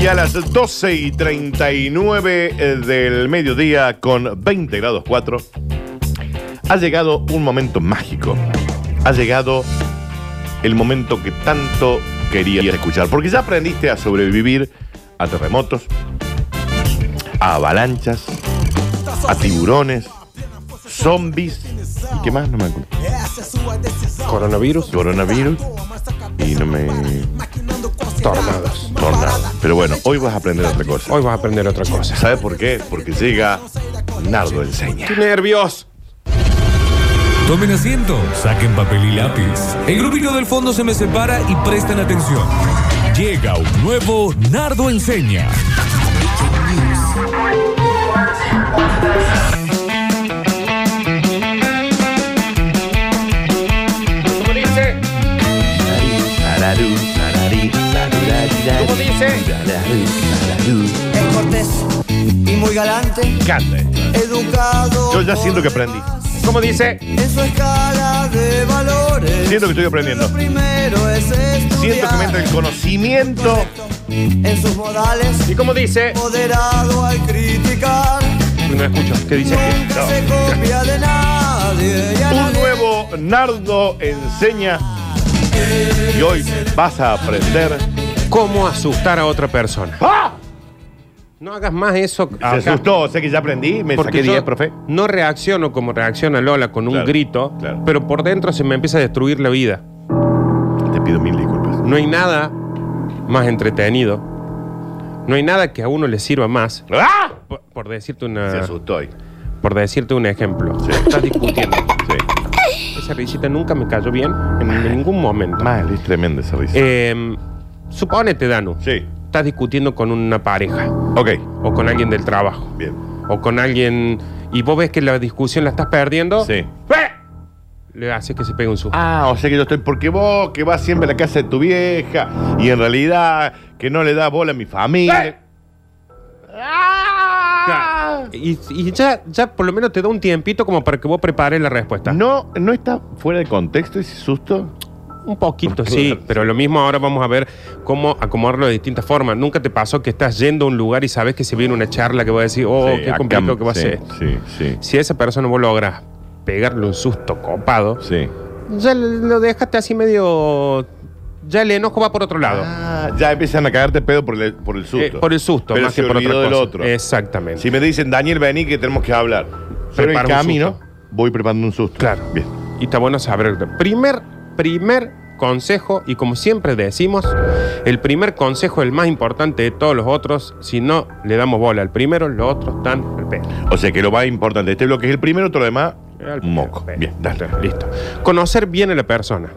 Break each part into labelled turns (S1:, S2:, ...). S1: Y a las 12 y 39 del mediodía, con 20 grados 4, ha llegado un momento mágico. Ha llegado el momento que tanto querías escuchar. Porque ya aprendiste a sobrevivir a terremotos, a avalanchas, a tiburones, zombies. ¿Y qué más? No me acuerdo.
S2: Coronavirus.
S1: Coronavirus. Y no me.
S2: Tornados.
S1: Tornado. Pero bueno, hoy vas a aprender otra cosa.
S2: Hoy vas a aprender otra cosa.
S1: ¿Sabes por qué? Porque llega Nardo Enseña.
S2: ¡Qué nervios!
S3: Tomen asiento, saquen papel y lápiz. El grupito del fondo se me separa y prestan atención. Llega un nuevo Nardo Enseña.
S4: ¿Cómo dice? ¿Cómo dice?
S5: Es cortés y muy galante,
S1: Canta esto.
S5: educado.
S1: Yo ya siento que aprendí.
S4: ¿Cómo dice?
S5: En su escala de valores.
S1: Siento que estoy aprendiendo.
S5: Lo primero es estudiar.
S1: Siento que me entra el conocimiento.
S5: En sus modales,
S4: ¿Y cómo dice?
S5: moderado al criticar.
S1: No escucho. ¿Qué dice aquí?
S5: Nunca se copia de nadie. y a
S1: Un
S5: nadie
S1: nuevo Nardo Enseña. Y hoy vas a aprender.
S2: ¿Cómo asustar a otra persona?
S1: ¡Ah!
S2: No hagas más eso. acá.
S1: Se asustó, sé que ya aprendí. Me
S2: Porque
S1: saqué
S2: yo
S1: 10, profe.
S2: no reacciono como reacciona Lola con un
S1: Claro,
S2: grito,
S1: claro.
S2: pero por dentro se me empieza a destruir la vida.
S1: Te pido mil disculpas.
S2: No hay nada más entretenido. No hay nada que a uno le sirva más.
S1: ¡Ah!
S2: Por, por
S1: Se
S2: decirte una,
S1: asustó hoy.
S2: por decirte un ejemplo. Estás discutiendo.
S1: Sí.
S2: Esa risita nunca me cayó bien en ningún momento.
S1: Mal, es tremenda esa risa.
S2: Eh, suponete, Danu,
S1: Sí.
S2: estás discutiendo con una pareja
S1: Ok.
S2: o con alguien del trabajo.
S1: Bien.
S2: o con alguien y vos ves que la discusión la estás perdiendo,
S1: Sí.
S2: ¡eh! le haces que se pegue un susto.
S1: Ah, o sea que yo estoy porque vos, que vas siempre a la casa de tu vieja y en realidad que no le da bola a mi
S2: Eh.
S1: familia.
S2: Claro. Y, y ya, ya por lo menos te da un tiempito como para que vos prepares la respuesta.
S1: No, no está fuera de contexto ese susto.
S2: Un poquito, sí, pero lo mismo ahora vamos a ver cómo acomodarlo de distintas formas. Nunca te pasó que estás yendo a un lugar y sabes que se viene una charla que va a decir, oh,
S1: Sí,
S2: qué
S1: acá-
S2: complicado que va a
S1: sí,
S2: ser.
S1: Sí, sí,
S2: Si a esa persona vos logras pegarle un susto copado,
S1: sí.
S2: ya lo dejaste así medio... Ya el enojo va por otro lado.
S1: Ah, ya empiezan a cagarte pedo por el, por el
S2: Eh,
S1: susto.
S2: por el susto,
S1: Pero
S2: más
S1: se
S2: que por otra
S1: olvidó del
S2: cosa.
S1: otro.
S2: Exactamente.
S1: Si me dicen, Daniel, vení que tenemos que hablar. Pero en
S2: Prepara un
S1: camino
S2: susto.
S1: voy preparando un susto.
S2: Claro.
S1: Bien.
S2: Y está bueno saber. Primer, primer consejo, y como siempre decimos, el primer consejo es el más importante de todos los otros. Si no le damos bola al primero, los otros están al pedo.
S1: O sea que lo más importante, este bloque es el primero, todo lo demás,
S2: Al
S1: un moco.
S2: pedo.
S1: Bien, dale.
S2: Listo. Conocer bien a la persona.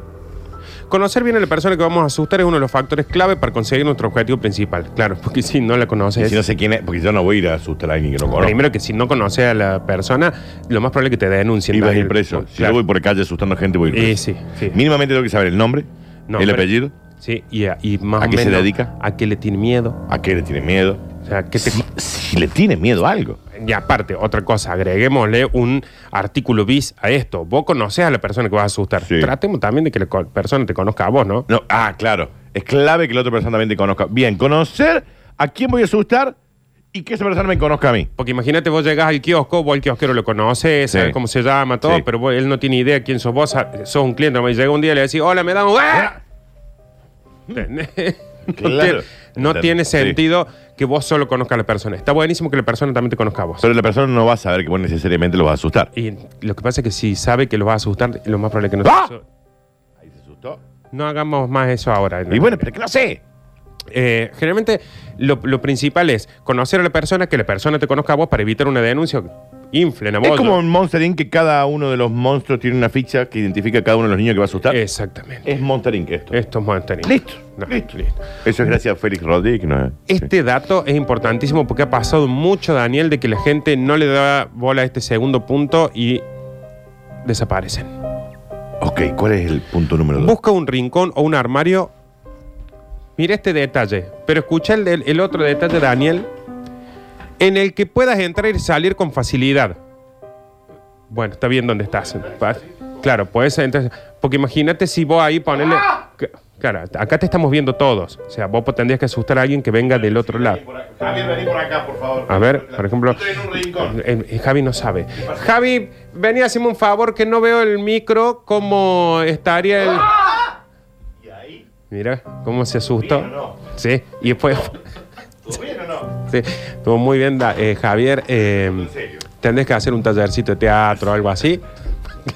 S2: Conocer bien a la persona que vamos a asustar es uno de los factores clave para conseguir nuestro objetivo principal. Claro, porque si no la
S1: Y
S2: conoces.
S1: si no sé quién es, porque yo no voy a ir a asustar a alguien que no conozco.
S2: Primero que si no conoces a la persona, lo más probable es que te denuncien.
S1: Ibas a ir
S2: Daniel.
S1: preso. Si
S2: Claro.
S1: yo voy por la calle asustando a gente, voy a ir
S2: Eh,
S1: preso.
S2: sí, sí.
S1: Mínimamente tengo que saber el nombre,
S2: No,
S1: el
S2: pero-
S1: apellido,
S2: Sí, y, a- y más
S1: ¿A
S2: o
S1: qué se
S2: menos,
S1: dedica?
S2: ¿A qué le tiene miedo?
S1: a qué le tiene miedo.
S2: O sea, ¿qué te-
S1: Si, si le tiene miedo a algo.
S2: Y aparte, otra cosa, agreguémosle un artículo bis a esto. Vos conocés a la persona que vas a asustar.
S1: Sí.
S2: Tratemos también de que la co- persona te conozca a vos, ¿no?
S1: No, ah, claro. Es clave que la otra persona también te conozca. Bien, conocer a quién voy a asustar y que esa persona me conozca a mí.
S2: Porque imagínate, vos llegás al kiosco, vos al kiosquero lo conoces,
S1: Sí.
S2: sabes cómo se llama, todo,
S1: Sí.
S2: pero vos- él no tiene idea quién sos vos, sa- sos un cliente. Me llega un día y le decís, hola, me da un... ¡Ah! ¿Entendés? No,
S1: Claro.
S2: tiene, no
S1: Entendés,
S2: tiene
S1: sí.
S2: sentido que vos solo conozcas a la persona. Está buenísimo que la persona también te conozca a vos.
S1: Pero la persona no va a saber que vos necesariamente lo vas a asustar.
S2: Y lo que pasa es que si sabe que los va a asustar, lo más probable es que no
S1: ¡Ah!
S2: se-
S1: Ahí se asustó.
S2: No hagamos más eso ahora.
S1: Y bueno, pero que no sé.
S2: Eh, generalmente lo, lo principal es conocer a la persona, que la persona te conozca a vos para evitar una denuncia. Inflen a vos.
S1: Es como un Monster Inc. que cada uno de los monstruos tiene una ficha que identifica a cada uno de los niños que va a asustar.
S2: Exactamente.
S1: Es Monster Inc. esto.
S2: Esto es Monster Inc.
S1: Listo,
S2: No,
S1: listo.
S2: listo.
S1: Eso es gracias a Félix Rodríguez. ¿no? es?
S2: Este dato es importantísimo porque ha pasado mucho, Daniel, de que la gente no le da bola a este segundo punto y desaparecen.
S1: Ok, ¿cuál es el punto número dos?
S2: Busca un rincón o un armario. Mira este detalle, pero escucha el, el- el otro detalle, Daniel, en el que puedas entrar y salir con facilidad. Bueno, está bien donde estás. Pa- Claro, puedes entrar. Porque imagínate si vos ahí ponele. que- Claro, acá te estamos viendo todos. O sea, vos tendrías que asustar a alguien que venga del otro lado.
S1: Javier, vení por acá, por favor.
S2: A ver, por ejemplo,
S1: Estoy en un rincón.
S2: eh, eh, Javi no sabe. Javi, vení a hacerme un favor que no veo el micro, cómo estaría el...
S1: ¿Y ahí?
S2: Mira, cómo se asustó.
S1: ¿Bien o no?
S2: Sí, y fue...
S1: ¿Todo bien o no?
S2: Sí, estuvo muy bien, da- eh, Javier. eh,
S1: En serio.
S2: tendés que hacer un tallercito de teatro o algo así.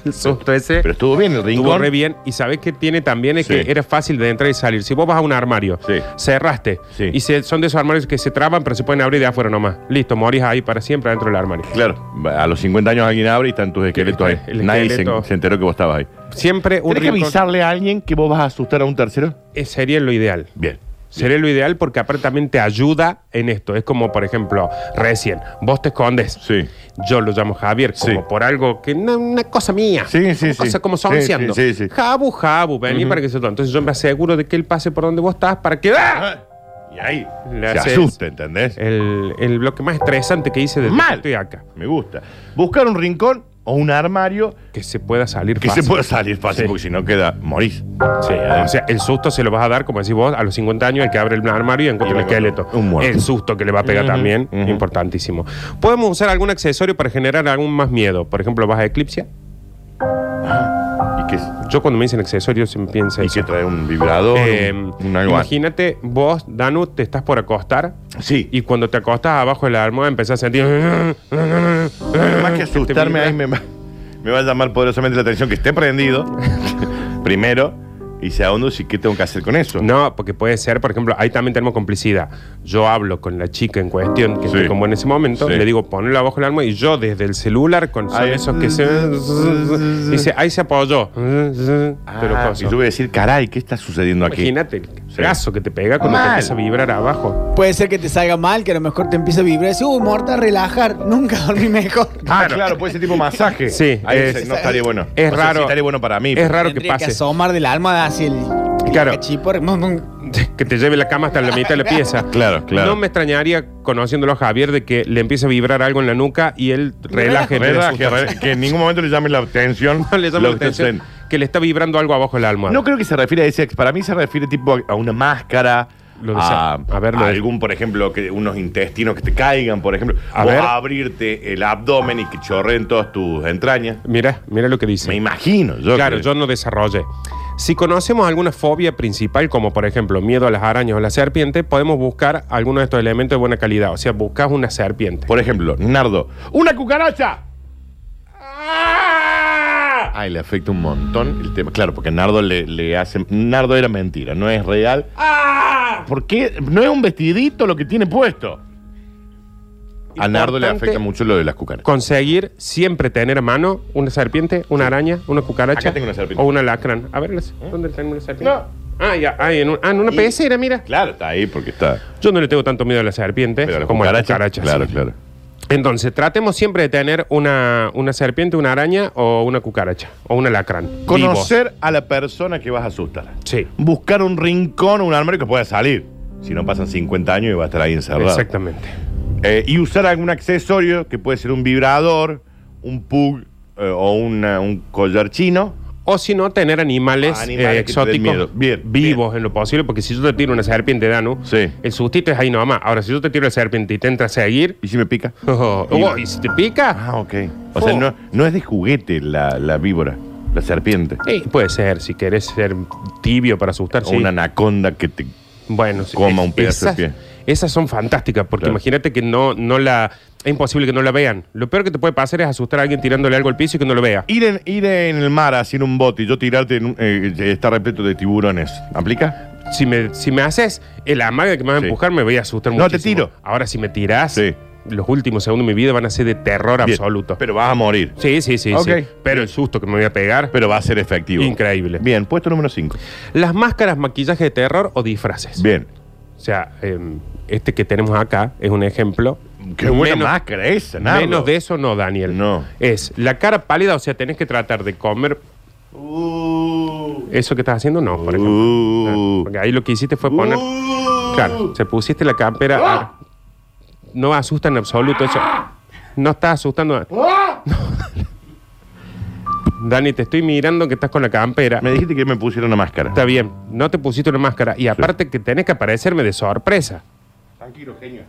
S2: El susto ese.
S1: Pero estuvo bien el
S2: Estuvo
S1: rincón.
S2: re bien. Y sabés que tiene también es
S1: Sí.
S2: que era fácil de entrar y salir. Si vos vas a un armario,
S1: Sí.
S2: cerraste.
S1: Sí.
S2: Y se- son de esos armarios que se traban, pero se pueden abrir de afuera nomás. Listo, morís ahí para siempre dentro del armario.
S1: Claro, a los 50 años alguien abre y están tus esqueletos ahí.
S2: El
S1: Nadie se-
S2: esqueleto.
S1: se, enteró que vos estabas ahí.
S2: Siempre un
S1: ¿Tienes que
S2: rincón
S1: avisarle a alguien que vos vas a asustar a un tercero?
S2: eh, sería lo ideal.
S1: Bien.
S2: Sería lo ideal porque aparte también te ayuda en esto. Es como, por ejemplo, recién, vos te escondes.
S1: Sí.
S2: Yo lo llamo Javier, como
S1: Sí.
S2: por algo que no una cosa mía.
S1: Sí, sí,
S2: una
S1: sí.
S2: Cosa como
S1: Sí,
S2: sonceando.
S1: sí, sí, sí.
S2: Jabu, jabu, vení para que se Entonces yo me aseguro de que él pase por donde vos estás para que. ¡Ah!
S1: Y ahí
S2: Le
S1: se
S2: haces- Eh.
S1: asusta, ¿entendés?
S2: El, el bloque más estresante que hice desde que
S1: Mal.
S2: estoy acá.
S1: Me gusta. Buscar un rincón o un armario
S2: Que se pueda salir
S1: que
S2: fácil.
S1: se pueda salir fácil,
S2: Sí.
S1: porque si no queda, morís.
S2: Sí, o sea, el susto se lo vas a dar, como decís vos, a los 50 años, el que abre el armario y encuentra
S1: Y
S2: un
S1: va a encontrar
S2: esqueleto.
S1: un muerto.
S2: El susto que le va a pegar también,
S1: ujú.
S2: importantísimo. Podemos usar algún accesorio para generar algún más miedo. Por ejemplo, vas a Eclipse.
S1: ¿Y que
S2: Yo cuando me dicen accesorio, se me piensa
S1: y
S2: eso.
S1: que trae un vibrador,
S2: Eh,
S1: un, un algo así.
S2: imagínate, vos, Danu, te estás por acostar
S1: Sí.
S2: y cuando te acostas abajo de la almohada empezás a sentir.
S1: Pero más que asustarme,
S2: vibra.
S1: ahí me, va- me va a llamar poderosamente la atención que esté prendido, primero, y segundo, si qué tengo que hacer con eso.
S2: No, porque puede ser, por ejemplo, ahí también tenemos complicidad. Yo hablo con la chica en cuestión, que
S1: Sí.
S2: estoy como en ese momento,
S1: Sí.
S2: le digo ponelo abajo el alma y yo desde el celular con son
S1: Ahí.
S2: esos que se. Dice, ahí se apoyó. Pero
S1: Ah,
S2: coso.
S1: y yo voy a decir, caray, ¿qué está sucediendo aquí?
S2: Imagínate el
S1: Sí.
S2: gaso que te pega cuando te
S1: Mal.
S2: empieza a vibrar abajo.
S6: Puede ser que te salga mal, que a lo mejor te empiece a vibrar. Decís, uy, morta, relajar. Nunca dormí mejor.
S1: Ah, claro, puede ser tipo masaje.
S2: Sí,
S1: Ahí
S2: es-
S1: se- no estaría bueno.
S2: es
S1: O sea,
S2: raro.
S1: sí estaría bueno para mí.
S2: Es
S1: pero-
S2: raro que
S6: Tendría que
S2: pase.
S6: asomar de la alma hacia el, el
S2: Claro.
S6: cachipor. Mm, mm.
S2: que te lleve la cama hasta la mitad de la pieza.
S1: Claro, claro.
S2: No me extrañaría, conociéndolo a Javier, de que le empiece a vibrar algo en la nuca y él relaje. de
S1: ¿Verdad? Que,
S2: susto.
S1: re- que en ningún momento le llame la atención.
S2: No le llama
S1: lo
S2: la
S1: que está
S2: atención
S1: sucediendo.
S2: que le está vibrando algo abajo el alma.
S1: No creo que se refiere a ese. Para mí se refiere tipo a, a una máscara.
S2: Lo de-
S1: a,
S2: a ver, lo
S1: a
S2: de-
S1: algún, por ejemplo, que unos intestinos que te caigan, por ejemplo.
S2: A
S1: Vos
S2: ver.
S1: abrirte el abdomen y que chorreen todas tus entrañas.
S2: Mira, mira lo que dice.
S1: Me imagino. Yo
S2: claro,
S1: que-
S2: yo no desarrollé. Si conocemos alguna fobia principal, como por ejemplo miedo a las arañas o la serpiente, podemos buscar alguno de estos elementos de buena calidad. O sea, buscas una serpiente.
S1: Por ejemplo, Nardo. ¡Una cucaracha! ¡Ah! Ay, le afecta un montón el tema. Claro, porque Nardo le, le hace. Nardo era mentira, no es real. ¡Ah! ¿Por qué? No es un vestidito lo que tiene puesto. A Nardo le
S2: Importante
S1: afecta mucho lo de las cucarachas.
S2: Conseguir siempre tener a mano una serpiente, una araña, una cucaracha
S1: Acá tengo una serpiente. ¿Eh?
S2: o una lacrán. A ver, las- ¿dónde tengo una serpiente? Ah, ya, ah, en, un- ah, en una
S1: Y-
S2: pecera, mira.
S1: Claro, está ahí porque está.
S2: Yo no le tengo tanto miedo a la serpiente
S1: Pero las
S2: como a la
S1: cucarachas.
S2: cucaracha.
S1: claro, claro.
S2: Entonces, tratemos siempre de tener una, una serpiente, una araña o una cucaracha o un alacrán.
S1: Conocer a la persona que vas a asustar.
S2: Sí.
S1: Buscar un rincón o un armario que pueda salir. Si no pasan 50 años y va a estar ahí
S2: Vivo.
S1: encerrado.
S2: Exactamente.
S1: Eh, y usar algún accesorio que puede ser un vibrador, un pug eh, o una- un collar chino.
S2: O si no, tener animales,
S1: Ah, Animales
S2: eh,
S1: que te den miedo.
S2: exóticos
S1: Bien,
S2: vivos en lo posible, porque si yo te tiro una serpiente, Danu,
S1: Sí.
S2: el sustito es ahí nomás. Ahora, si yo te tiro la serpiente y te entra a seguir,
S1: ¿Y si me pica?
S2: oh,
S1: Y-
S2: oh, y si te pica,
S1: Ah, ok. O sea,
S2: Oh.
S1: no, no es de juguete la, la víbora, la serpiente.
S2: sí, puede ser, si querés ser tibio para asustar,
S1: O
S2: sí.
S1: una anaconda que te.
S2: Bueno, sí,
S1: Coma
S2: es-
S1: un pedazo de
S2: esas,
S1: pie.
S2: Esas son fantásticas, porque
S1: Claro.
S2: imagínate que no, no la. Es imposible que no la vean. Lo peor que te puede pasar es asustar a alguien tirándole algo al piso y que no lo vea.
S1: Ir en, ir en el mar haciendo un bote y yo tirarte en un- eh, está repleto de tiburones. ¿Aplica?
S2: Si me, si me haces el amague que me vas a
S1: Sí.
S2: empujar, me voy a asustar
S1: No, te
S2: muchísimo.
S1: tiro.
S2: Ahora, si me tirás,
S1: Sí.
S2: los últimos segundos de mi vida van a ser de terror
S1: Bien.
S2: absoluto.
S1: Pero vas a morir.
S2: sí, sí, sí,
S1: Ok.
S2: sí. Pero el susto que me voy a pegar.
S1: Pero va a ser efectivo.
S2: Increíble.
S1: Bien, puesto número 5.
S2: Las máscaras, maquillaje de terror o disfraces.
S1: Bien.
S2: O sea, eh, este que tenemos acá es un ejemplo.
S1: Qué buena
S2: Menos-
S1: máscara esa, Nardo.
S2: Menos de eso no, Daniel.
S1: No.
S2: Es la cara pálida, o sea, tenés que tratar de comer. Eso que estás haciendo, no, por ejemplo.
S1: Uh.
S2: Porque ahí lo que hiciste fue poner.
S1: Ah.
S2: Claro, se pusiste la campera. ah, No asusta
S1: Ah.
S2: en absoluto eso. No está asustando. Dani, te estoy mirando que estás con la campera.
S1: Me dijiste que me pusiera una máscara.
S2: Está bien, no te pusiste una máscara. Y aparte que tenés que aparecerme de sorpresa.
S1: Tranquilo, genio.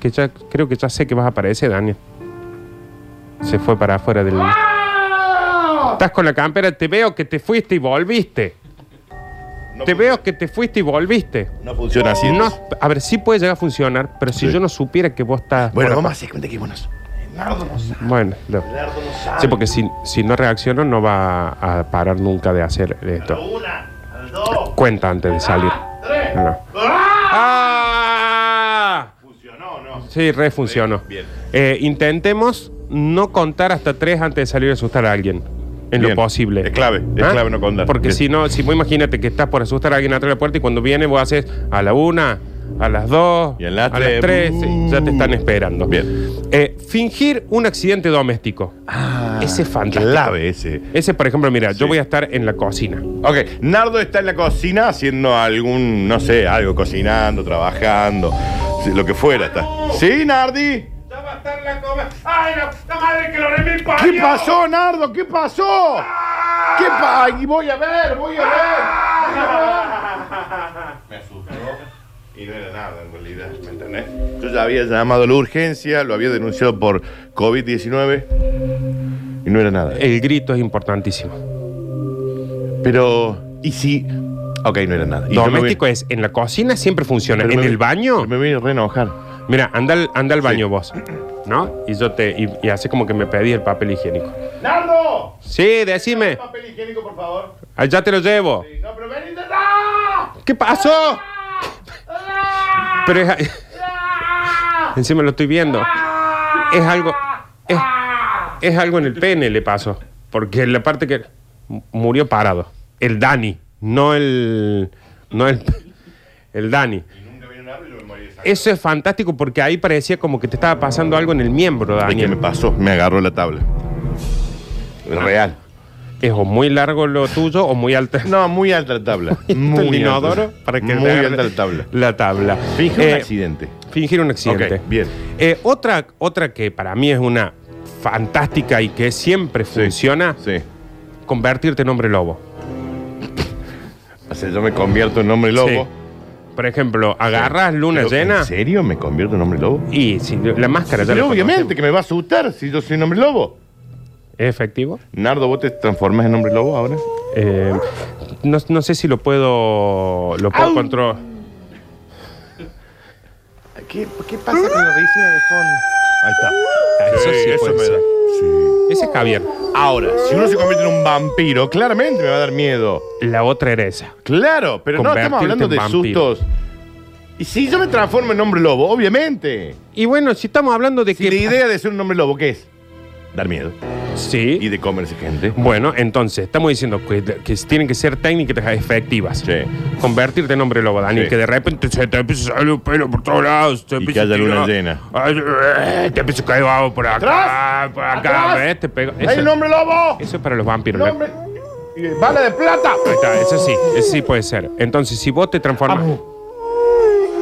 S2: Que ya, creo que ya sé que vas a aparecer, Daniel. Se fue para afuera del.
S1: Ah.
S2: Estás con la campera, te veo que te fuiste y volviste.
S1: No
S2: te
S1: fun-
S2: veo que te fuiste y volviste.
S1: No funciona así.
S2: No,
S1: entonces.
S2: a ver, sí puede llegar a funcionar, pero si
S1: Sí.
S2: yo no supiera que vos estás.
S1: Bueno,
S2: por-
S1: vamos a hacer cuenta que buenos. Leonardo no sabe.
S2: Bueno, no.
S1: Leonardo no sabe.
S2: Sí, porque si, si no reacciono, no va a parar nunca de hacer
S1: A
S2: esto.
S1: la una, a las dos,
S2: Cuenta antes de salir.
S1: a tres.
S2: No.
S1: ¡Ah!
S2: ¡Ah!
S1: ¿Funcionó no?
S2: Sí, refuncionó.
S1: Bien.
S2: Eh, intentemos no contar hasta tres antes de salir a asustar a alguien. En
S1: Bien.
S2: lo posible.
S1: Es clave, es
S2: ¿Ah?
S1: clave no contar.
S2: Porque
S1: Bien.
S2: si no, si vos imagínate que estás por asustar a alguien atrás de la puerta y cuando viene vos haces a la una, a las dos,
S1: Y a las tres. uh.
S2: tres, sí, ya te están esperando.
S1: Bien.
S2: Eh, fingir un accidente doméstico. Ese es fantástico.
S1: Ah, Clave ese.
S2: Ese, por ejemplo, mira,
S1: Sí.
S2: yo voy a estar en la cocina.
S1: Ok, Nardo está en la cocina haciendo algún, no sé, algo, cocinando, trabajando, sí, lo que fuera. Está. ¿Sí, Nardi?
S4: Ya va a estar la coma. ¡Ay, la puta madre que lo remil parió!
S1: ¿Qué pasó, Nardo? ¿Qué pasó? ¿Qué
S4: Ah.
S1: pa Ay, voy a ver, voy a ver. Me asustó y no era nada en realidad, ¿me entendés? Yo ya había llamado a la urgencia, lo había denunciado por COVID-19 y no era nada.
S2: El grito es importantísimo.
S1: Pero, ¿y si...? Ok, no era nada. Y yo me
S2: Doméstico
S1: voy-
S2: es en la cocina siempre funciona.
S1: pero
S2: en
S1: me
S2: el
S1: voy-
S2: baño.
S1: Me voy a re enojar.
S2: Mira, anda al, anda al baño vos, ¿no? Y yo te. Y, y hace como que me pedí el papel higiénico.
S1: ¡Nardo!
S2: Sí, decime.
S1: Papel higiénico, por favor.
S2: Allá te lo llevo.
S1: No, pero ven ¡Ah!
S2: ¿Qué pasó? Pero es.
S1: ¡Ah!
S2: Encima lo estoy viendo. Es algo. Es,
S1: ¡Ah!
S2: es algo en el pene, le pasó. Porque la parte que. mu- Murió parado. El Dani. No el. No el. El Dani. Eso es fantástico porque ahí parecía como que te estaba pasando algo en el miembro,
S1: Es que
S2: Daniel.
S1: me pasó, me agarró la tabla. Real.
S2: Es o muy largo lo tuyo o muy alta.
S1: No, muy alta la tabla.
S2: Muy
S1: Muy
S2: ¿Este inodoro para que
S1: Muy
S2: agarre
S1: alta la tabla.
S2: La tabla.
S1: Finge
S2: Eh,
S1: un accidente.
S2: Fingir un accidente.
S1: Ok, bien.
S2: Eh, otra, otra que para mí es una fantástica y que siempre funciona,
S1: Sí.
S2: convertirte en hombre lobo.
S1: O sea, yo me convierto en hombre lobo.
S2: Sí. Por ejemplo, agarras luna
S1: Pero,
S2: llena
S1: ¿En serio me convierto en hombre lobo?
S2: y si la máscara ya la
S1: Pero obviamente
S2: conocemos.
S1: que me va a asustar si yo soy un hombre lobo.
S2: ¿Es efectivo?
S1: Nardo, ¿vos te transformas en hombre lobo ahora?
S2: Eh, no, no sé si lo puedo. Lo puedo controlar.
S1: ¿Qué, pasa con la medicina de fondo? Ahí está.
S2: Eso sí
S1: eso
S2: puede
S1: me
S2: ser.
S1: da. Sí.
S2: Ese es Javier.
S1: Ahora, si uno se convierte en un vampiro, claramente me va a dar miedo.
S2: La otra era esa.
S1: Claro, pero no estamos
S2: Convertirte
S1: hablando
S2: en
S1: de
S2: vampiro.
S1: sustos. Y si yo me transformo en hombre lobo, obviamente.
S2: Y bueno, si estamos hablando de
S1: Si
S2: que.
S1: la idea de ser un hombre lobo, ¿qué es? Dar miedo.
S2: Sí.
S1: Y de comerse gente.
S2: Bueno, entonces, estamos diciendo que, que tienen que ser técnicas efectivas.
S1: Sí.
S2: Convertirte en hombre lobo, Dani,
S1: Sí.
S2: que de repente se te empieza a salir un pelo por todos lados. Te
S1: Y
S2: empieza
S1: que
S2: a
S1: haya luna
S2: tirar.
S1: llena.
S2: Ay, eh, te empieza a caer agua por acá,
S1: ¡Atrás!
S2: por acá.
S1: ¡Atrás!
S2: ¿ves? Te pega.
S1: ¡Hay
S2: Eso,
S1: un hombre lobo!
S2: eso es para los vampiros.
S1: ¡Un
S2: ¿ves?
S1: hombre! y de ¡Bala de plata!
S2: Ahí está, eso sí, eso sí puede ser. Entonces, si vos te transformas.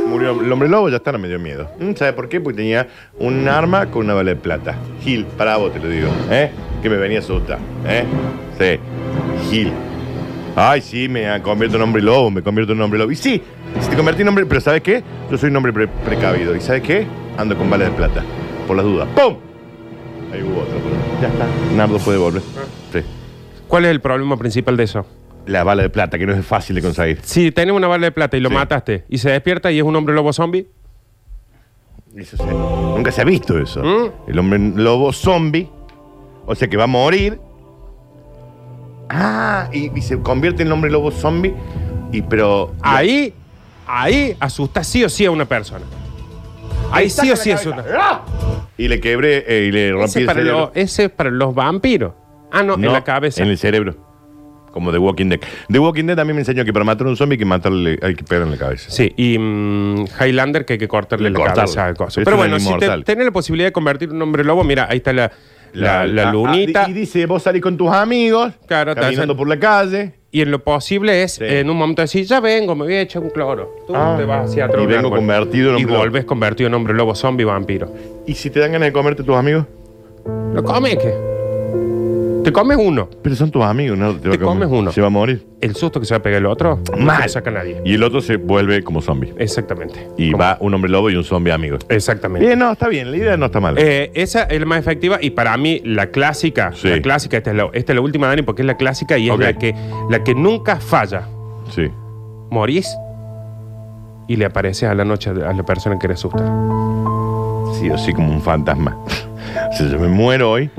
S1: Murió el hombre lobo, ya está, no me dio miedo. Mm, ¿Sabe por qué? Porque tenía un arma con una bala de plata. Gil, bravo te lo digo. ¿Eh? Que me venía susta. ¿Eh? Sí. Gil. Ay, sí, me ah, convierto en hombre lobo, me convierto en hombre lobo. Y sí, si te convertí en hombre, pero ¿sabes qué? Yo soy un hombre pre- precavido. ¿Y sabes qué? Ando con balas de plata. Por las dudas. ¡Pum! Ahí hubo otro. Ya está. Nardo puede volver. Sí.
S2: ¿Cuál es el problema principal de eso?
S1: La bala de plata, que no es fácil de conseguir.
S2: Si tenés una bala de plata y lo
S1: Sí.
S2: mataste y se despierta y es un hombre lobo zombie,
S1: Eso se- nunca se ha visto eso.
S2: ¿Mm?
S1: El hombre lobo zombie. O sea que va a morir. Ah, y, y se convierte en hombre lobo zombie. Y pero.
S2: ahí, ahí asustas sí o sí a una persona. Ahí sí o sí asusta.
S1: Y le quebré eh, y le rompí
S2: Ese
S1: el
S2: para,
S1: cerebro.
S2: los- ese es para los vampiros. Ah, no, en la cabeza.
S1: En el cerebro. Como The Walking Dead. The Walking Dead también me enseñó que para matar a un zombie hay que matarle, hay que pegarle en la cabeza.
S2: Sí, y mm, Highlander que hay que cortarle la
S1: Cortarle.
S2: cabeza al coso.
S1: Es
S2: Pero
S1: un
S2: bueno, si te,
S1: inmortal.
S2: tenés la posibilidad de convertir un hombre lobo, mira, ahí está la, la, la
S1: ah, ah,
S2: lunita.
S1: y dice, vos salís con tus amigos,
S2: Claro, te
S1: caminando
S2: hacen-
S1: por la calle,
S2: y en lo posible es,
S1: Sí.
S2: en un momento decir, ya vengo, me voy a echar un cloro. Tú
S1: Ah.
S2: te vas hacia atrás.
S1: Y
S2: de un
S1: vengo
S2: árbol.
S1: convertido en
S2: Y
S1: hombre lobo.
S2: volvés convertido en hombre lobo, zombie, vampiro.
S1: y si te dan ganas de comerte tus amigos.
S2: ¿Lo comes qué? Te comes uno.
S1: Pero son tus amigos, ¿no? Te, va
S2: Te
S1: a comer.
S2: comes uno.
S1: Se va a morir.
S2: El susto que se va a pegar el otro, no
S1: Mal.
S2: te lo saca nadie.
S1: Y el otro se vuelve como zombie.
S2: Exactamente.
S1: Y
S2: Como-
S1: va un hombre lobo y un zombie amigo.
S2: Exactamente.
S1: Bien, no, está bien. La idea no está mal.
S2: Eh, esa es la más efectiva y para mí la clásica,
S1: Sí.
S2: la clásica, esta es la, esta es la última, Dani, porque es la clásica y es
S1: Ok.
S2: la que, la que nunca falla.
S1: Sí.
S2: Morís y le apareces a la noche a la persona que le asusta.
S1: Sí o sí, como un fantasma. o sea, yo me muero hoy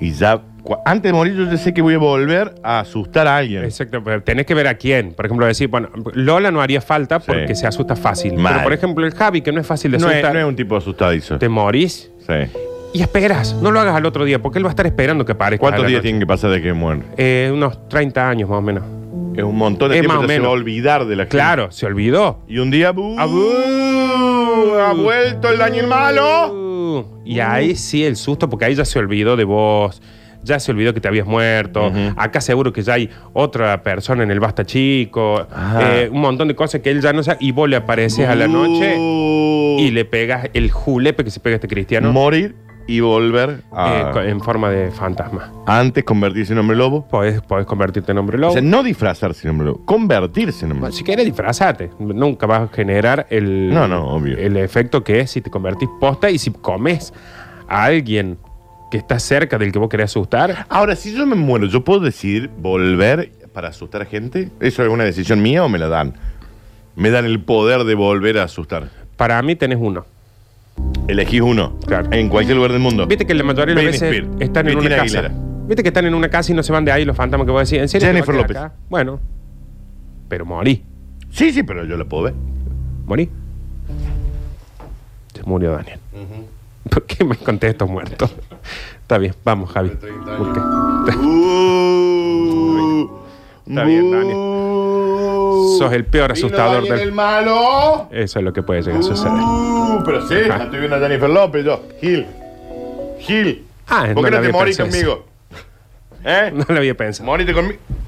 S1: y ya. cua- Antes de morir, yo ya sé que voy a volver a asustar a alguien.
S2: Eh, Exacto, pero tenés que ver a quién. Por ejemplo, decir, bueno, Lola no haría falta
S1: Sí.
S2: porque se asusta fácil.
S1: Mal.
S2: Pero por ejemplo, el Javi, que no es fácil de
S1: No es,
S2: asustar,
S1: no es un tipo asustadizo.
S2: te morís
S1: Sí.
S2: y esperás. No lo hagas al otro día porque él va a estar esperando que aparezca. a
S1: ¿Cuántos
S2: la
S1: días
S2: noche.
S1: tienen que pasar de que mueren?
S2: Eh, unos 30 años más o menos.
S1: Es un montón de
S2: Es
S1: tiempo
S2: más o
S1: que se va
S2: menos.
S1: a olvidar de la gente.
S2: Claro, Ah, se olvidó.
S1: Y un día. ¡bu!
S2: ¡Abú!
S1: ¡Ha vuelto el daño malo!
S2: Uh, Y ahí sí el susto, porque ahí ya se olvidó de vos, ya se olvidó que te habías muerto. Acá seguro que ya hay otra persona en el basta chico,
S1: Ajá.
S2: eh, un montón de cosas que él ya no sabe. Y vos le apareces
S1: Uh.
S2: a la noche
S1: ¡Bu!
S2: y le pegas el julepe que se pega este cristiano
S1: Morir y volver
S2: eh,
S1: a.
S2: co- en forma de fantasma.
S1: Antes convertirse en hombre lobo.
S2: Podés, podés convertirte en hombre
S1: O
S2: lobo.
S1: sea, no disfrazarse en hombre lobo, convertirse en hombre
S2: Bueno,
S1: lobo.
S2: Si quieres disfrazate, nunca vas a generar el,
S1: No, no, obvio.
S2: el efecto que es si te convertís posta y si comes a alguien que está cerca del que vos querés asustar.
S1: Ahora, si yo me muero, ¿yo puedo decidir volver para asustar a gente? ¿Eso es una decisión mía o me la dan? Me dan el poder de volver a asustar.
S2: Para mí tenés uno.
S1: Elegís uno.
S2: Claro.
S1: En cualquier lugar del mundo.
S2: Viste que la mayoría de las
S1: Britney
S2: veces
S1: Spears,
S2: están en una
S1: Cristina
S2: casa.
S1: Aguilera.
S2: Viste que están en una casa y no se van de ahí los fantasmas que vos decís. ¿En serio? te
S1: Jennifer
S2: vas a
S1: López.
S2: quedar acá? Bueno, pero morí.
S1: Sí, sí, pero yo lo puedo ver.
S2: Morí. Se murió Daniel. ¿Por qué me contesto muerto? Está bien, vamos, Javi. ¿Por qué? Está bien, Dani. Sos el peor asustador del-
S1: del malo.
S2: Eso es lo que puede llegar a suceder.
S1: Uh, pero sí,
S2: Ajá.
S1: la estoy viendo a Jennifer López, yo. Gil. Gil.
S2: Ah,
S1: ¿Por
S2: no
S1: qué no
S2: la
S1: te
S2: había
S1: morís
S2: pensado
S1: conmigo? ¿Eh?
S2: No lo había pensado.
S1: Morite conmigo.